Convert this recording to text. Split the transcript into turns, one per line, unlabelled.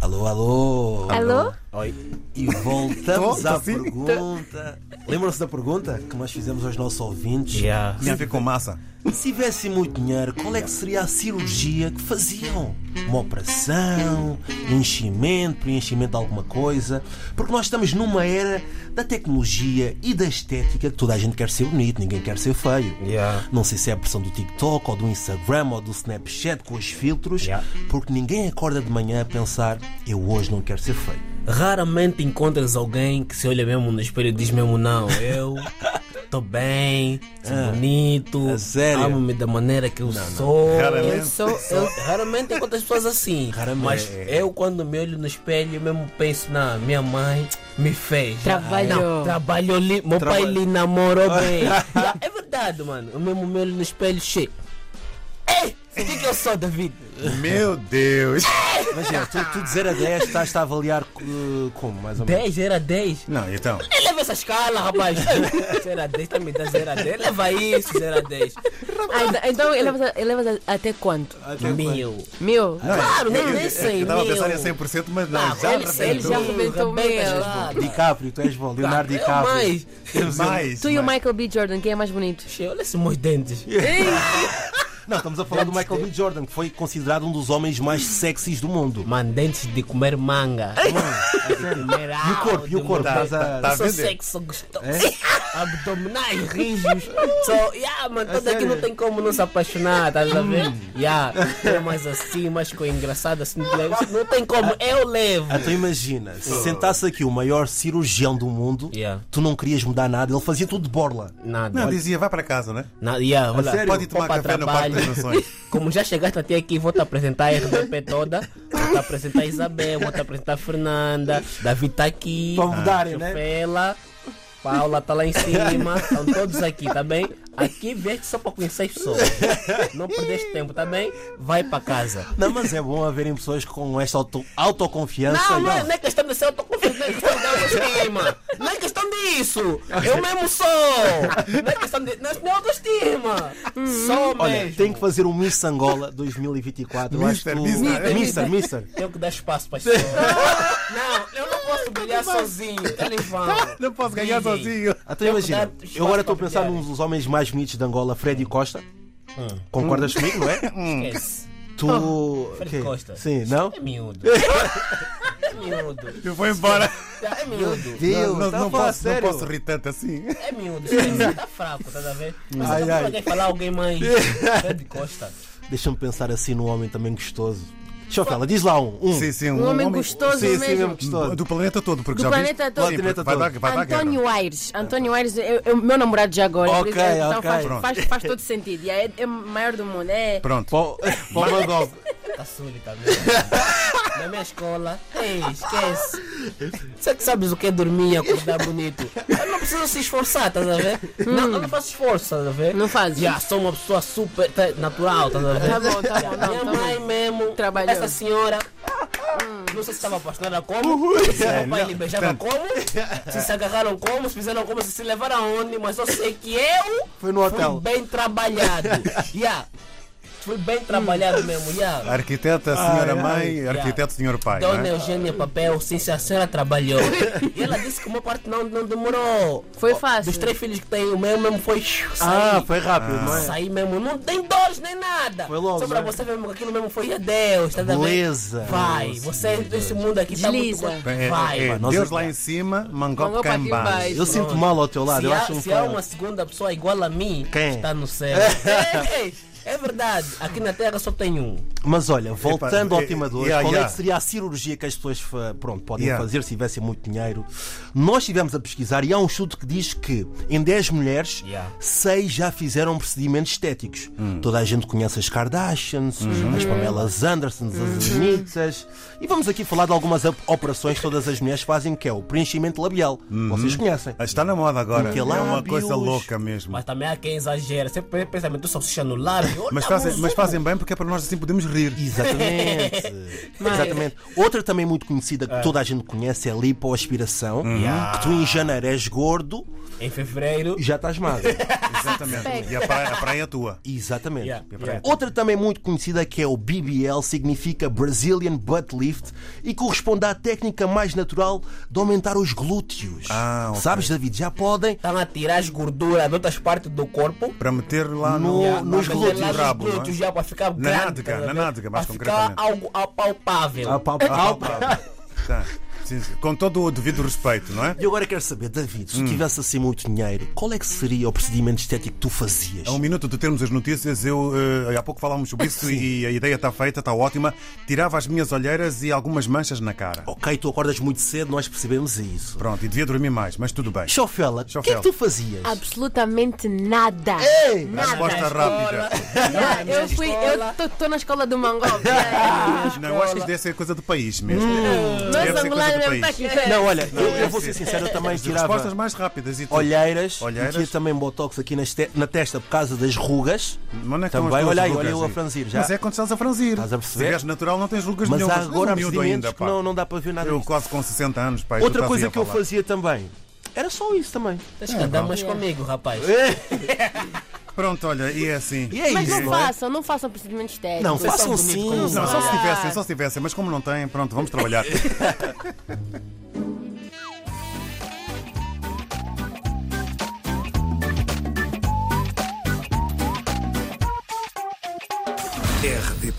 Alô, alô.
Alô?
Oi.
E voltamos
Tô, tô
à
sim.
pergunta. Lembram-se da pergunta que nós fizemos aos nossos ouvintes?
Yeah.
Tinha a ver com massa.
Se tivessem muito dinheiro, qual é que seria a cirurgia que faziam? Uma operação, enchimento, preenchimento de alguma coisa? Porque nós estamos numa era da tecnologia e da estética que toda a gente quer ser bonito, ninguém quer ser feio.
Yeah.
Não sei se é a pressão do TikTok ou do Instagram ou do Snapchat com os filtros,
Yeah.
porque ninguém acorda de manhã a pensar eu hoje não quero ser feio.
Raramente encontras alguém que se olha mesmo no espelho e diz mesmo não, eu estou bem, sou
Ah.
bonito,
É
a sério?
amo-me da maneira que eu sou.
Raramente.
Eu sou eu, raramente encontro as pessoas assim.
Raramente.
Mas eu quando me olho no espelho eu mesmo penso, na minha mãe me fez.
Trabalhou.
Não, trabalhou ali, meu pai lhe namorou bem. Tá, é verdade, mano. Eu mesmo me olho no espelho cheio. Ei! O que, que eu sou, David?
Meu Deus.
Imagina, é, tu, tu dizer a 10 estás a avaliar eh, como, mais ou menos?
10, era 10.
Não, então.
Eleva essa escala, rapaz. 0 a 10, tá me dá 0 a 10. Leva isso, 0 a 10.
Ah, então- então elevas, a- elevas a- até quanto?
Meu.
Meu?
Não,
Claro,
eu-
nem- nem
eu-
sei,
Eu estava a
É meu.
pensar em 100%, mas não.
Ah,
já
ele- ele
arrebentou.
já arrebentou,
Arrebenta,
meu.
claro.
DiCaprio, tu és bom, Leonardo
Eu
DiCaprio.
é mais.
Mais.
Tu e o
mais.
Michael B. Jordan, quem é mais bonito?
Che, Olha esses meus dentes.
Não, estamos a falar do Michael B. Jordan, que foi considerado um dos homens mais sexys do mundo.
Mano, dentes de comer manga. De comer
E o corpo, e o
algo,
corpo,
de
estás
mudar.
a.
Tá É? a
Sou
vender.
sexo gostoso. Abdominais rígidos. Só, yeah,
É
mano, todo aqui
sério?
não tem como não se apaixonar, estás a ver?
Hum.
Yeah, é mais assim, mais com engraçado, assim, não tem como, eu levo.
Então imagina, se sentasse aqui o maior cirurgião do mundo,
Oh. Yeah.
tu não querias mudar nada, ele fazia tudo de borla.
Nada.
Não, dizia, vai para casa, né?
Nada, yeah, olha,
sério?
Pode tomar
vou pra
café no Parque das Nações.
Como já chegaste até aqui, vou te apresentar a RDP toda, vou te apresentar a Isabel, vou te apresentar a Fernanda, David tá aqui,
Pra mudarem, né?
Chofela, Paula tá lá em cima, estão todos aqui, tá bem? Aqui vieste só pra conhecer as pessoas. Não perdeste tempo, tá bem? Vai pra casa.
Não, mas é bom haverem pessoas com esta auto- autoconfiança.
Não, não, é- não é questão de ser autoconfiante, não é questão de autoestima. Não é questão disso. Eu mesmo sou. Não é questão de. Não é autoestima. Sou mesmo.
Olha, tem que fazer um Miss Angola 2024. eu acho que
Mister,
tu-
Mister, né?
Mister, Mister.
Tenho que dar espaço para as pessoas. não, eu não posso brilhar sozinho. Que eles vão.
Não posso ganhar
Brilhem.
sozinho.
Então
Tem que
imagina,
dar
eu agora
espaço
estou a
para
pensar num
brilharem.
dos homens mais bonitos de Angola, Freddy Costa.
Ah.
Concordas comigo, não é?
Esquece.
Tu.
Hum. Fred
quê?
Costa.
Sim, não?
É miúdo. É miúdo.
Eu vou embora.
É miúdo.
Deus,
não,
tá
não,
a falar
posso, não
sério.
posso rir tanto assim.
É miúdo. Esquece. Tá fraco, tá a ver? Mas
Ai,
ai,
ai.
alguém falar alguém mais. Fred Costa.
Deixa-me pensar assim num homem também gostoso. Chofela, diz lá um. um.
Sim, sim,
Um homem gostoso
sim, sim,
mesmo.
mesmo gostoso.
Do planeta todo, porque
Do
já
planeta
viste?
todo.
Sim,
Planeta
vai
todo.
dar- vai dar guerra.
Antônio Aires. Antônio Aires é é o meu namorado de agora. por
Ok,
isso é- então
ok.
faz-
Pronto.
Faz, faz todo sentido. E aí É, é o maior do mundo. É.
Pronto.
Pó- Pó Mandov.
Tá súlita mesmo. Na minha escola. Ei, esquece. Você que sabes o que é dormir e acordar bonito. Eu não preciso se esforçar, estás a ver? Não, eu não faço esforço, estás a ver?
Hum. Não fazes?
Já, sou uma pessoa super tá, natural, estás a ver?
Tá bom, tá bom,
Já,
não,
Minha
tá
mãe mesmo,
Trabalhou. Hum.
essa senhora. Não sei se estava apaixonada como, se
É,
o pai
não,
lhe beijava
tanto.
como, se se agarraram como, se fizeram como, se se levaram aonde, mas eu sei que eu
Foi no hotel.
fui bem trabalhado. Já, fui bem trabalhado mesmo, já.
Arquiteta, senhora
Ai, ai.
mãe, arquiteto, senhor pai.
Dona
né?
Eugênia Papel, sim, se a senhora trabalhou. E ela disse que uma parte não, não demorou.
Foi
Ó,
fácil.
Dos três filhos que tem, o meu mesmo foi. shoo,
Ah,
sair.
foi rápido, não é?
Sair mesmo, não tem dores nem nada.
Foi logo,
Só pra
né?
você ver mesmo, aquilo mesmo foi a Deus, tá vendo?
Beleza.
Vai, você nesse mundo aqui
Desliza.
tá muito.
É,
Vai,
é,
mano.
nós-
Deus lá em cima, Mangop
Mangop
cá
aqui
em
embaixo.
baixo.
Eu sinto mal ao teu lado,
se
eu
há,
acho um
se há
cara.
uma segunda pessoa igual a mim,
Quem?
está no céu. Ei, ei, é verdade, aqui na Terra só tem um.
Mas olha, voltando
Epa,
ao
eh,
tema de hoje,
yeah,
qual é
yeah.
que seria a cirurgia que as pessoas fa- pronto, podem
Yeah.
fazer se tivessem muito dinheiro? Nós estivemos a pesquisar e há um estudo que diz que em 10 mulheres,
Yeah.
6 já fizeram procedimentos estéticos. Toda a gente conhece as Kardashians, as Pamelas Andersons, as Anitas. E vamos aqui falar de algumas op- operações que todas as mulheres fazem, que é o preenchimento labial. Vocês conhecem.
Está na moda agora.
Porque
é uma
lábios-
coisa louca mesmo.
Mas também há quem exagera. Sempre pensamento, só se no lábio.
Mas
olha,
fazem, mas
abusou.
fazem bem porque é para nós assim podemos rir.
Exatamente. Exatamente. Outra também muito conhecida que toda a gente conhece é a lipoaspiração, que tu em janeiro és gordo
em fevereiro.
Já estás magro.
Exatamente. E a praia, a praia é tua.
Exatamente. É
Yeah, yeah.
Outra também muito conhecida que é o BBL, significa Brazilian Butt Lift e corresponde à técnica mais natural de aumentar os glúteos.
Ah, ok.
Sabes, David, já podem
Estão a tirar as gorduras de outras partes do corpo.
Para meter lá no,
No-
Yeah,
nos
pra
glúteos.
meter lá nos
Rabo, não é?
glúteos, já, para ficar
Na
grande,
nádega,
tá a
na
ver?
nádega, mais
Pra ficar algo apalpável.
apalpar.
Ah, pá, pá. Tá. Sim, sim. Com todo o devido respeito, não é?
E agora quero saber, David, se tivesse assim muito dinheiro, qual é que seria o procedimento estético que tu fazias?
A um minuto de termos as notícias, eu eh, há pouco falávamos sobre isso e a ideia está feita, está ótima. Tirava as minhas olheiras e algumas manchas na cara.
Ok, tu acordas muito cedo, nós percebemos isso.
Pronto, e devia dormir mais, mas tudo bem.
Chofela, o que é que
Chofela.
tu fazias?
Absolutamente nada.
Resposta rápida.
Yeah, É, eu fui, eu estou na escola do Mangol. Yeah.
Não, eu acho que deve ser coisa do país mesmo. Deve
Nós
ser coisa
angolanos
do
mesmo tá
país.
aqui.
Não, olha, eu, eu
deve
vou
ser.
ser sincero, eu também
As respostas
tirava
mais rápidas e tudo.
olheiras,
Olheiras.
metia também botox aqui nas te- na testa por causa das rugas.
Mas não é que estão as
também,
tuas
olha aí,
rugas
olha eu a
aí?
franzir já.
Mas é quando estás a franzir.
Estás a perceber?
Se és natural, não tens rugas
Mas há
nenhumas. És um
agora há
miúdo
procedimentos
ainda,
que
pá.
não, não dá para ver nada
Eu
disso.
quase com 60 anos, pá. tu
Outra
estás aí
coisa
a
que eu
falar.
fazia também, era só isso também.
Tens que andar mais comigo, rapaz.
Pronto, olha, e é assim.
E é
Mas
isso,
não
é?
façam, não façam procedimentos técnicos.
Não, façam
bonito
sim.
como
Não, só se
Ah.
tivessem, só se tivessem, mas como não têm, pronto, vamos trabalhar.
RDP.